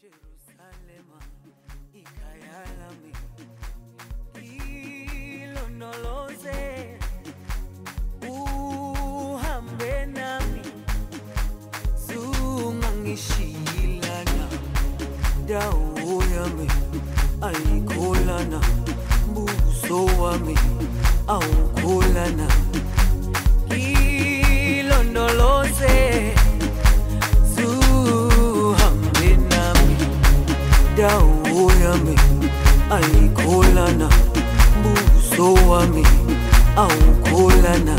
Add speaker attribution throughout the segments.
Speaker 1: Jerusalema ikayalami ilondoloze uhambe nami zungangishiyilana dawo yami ayikholana mbuso wami awukholana ilondoloze zuhambe nami dawo yami ayikholana buso wami awukholana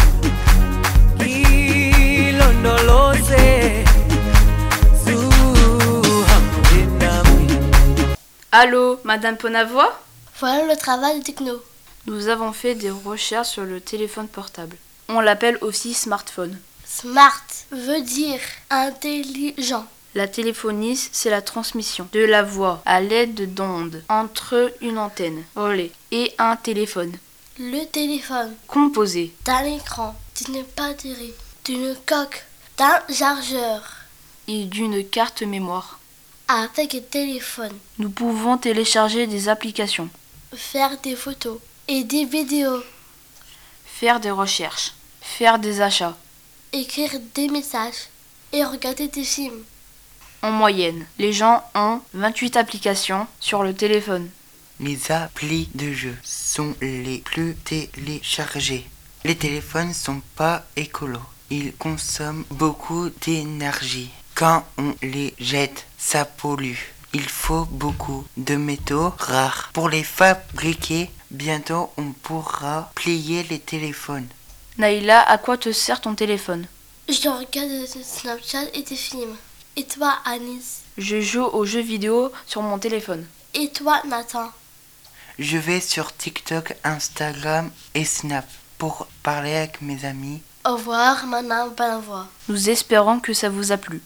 Speaker 1: ilondoloze zuhambe nami
Speaker 2: Allô, Madame Ponavoy
Speaker 3: Voilà le travail de techno.
Speaker 2: Nous avons fait des recherches sur le téléphone portable. On l'appelle aussi smartphone.
Speaker 3: Smart veut dire intelligent.
Speaker 2: La téléphonie, c'est la transmission de la voix à l'aide d'ondes entre une antenne relais et un téléphone
Speaker 3: Le téléphone
Speaker 2: composé.
Speaker 3: d'un écran, d'une batterie, d'une coque, d'un chargeur.
Speaker 2: et d'une carte mémoire.
Speaker 3: Avec le téléphone,
Speaker 2: Nous pouvons télécharger des applications,
Speaker 3: faire des photos et des vidéos,
Speaker 2: faire des recherches, faire des achats.
Speaker 3: écrire des messages et regarder des films.
Speaker 2: En moyenne, les gens ont 28 applications sur le téléphone.
Speaker 4: Les applis de jeu sont les plus téléchargés. Les téléphones sont pas écolos. Ils consomment beaucoup d'énergie. Quand on les jette, ça pollue. Il faut beaucoup de métaux rares pour les fabriquer. Bientôt, on pourra plier les téléphones.
Speaker 2: Naïla, à quoi te sert ton téléphone
Speaker 3: Je regarde des Snapchat et des films. Et toi, Anis
Speaker 2: Je joue aux jeux vidéo sur mon téléphone.
Speaker 3: Et toi, Nathan
Speaker 4: Je vais sur TikTok, Instagram et Snap pour parler avec mes amis.
Speaker 3: Au revoir, maintenant, bonne voix.
Speaker 2: Nous espérons que ça vous a plu.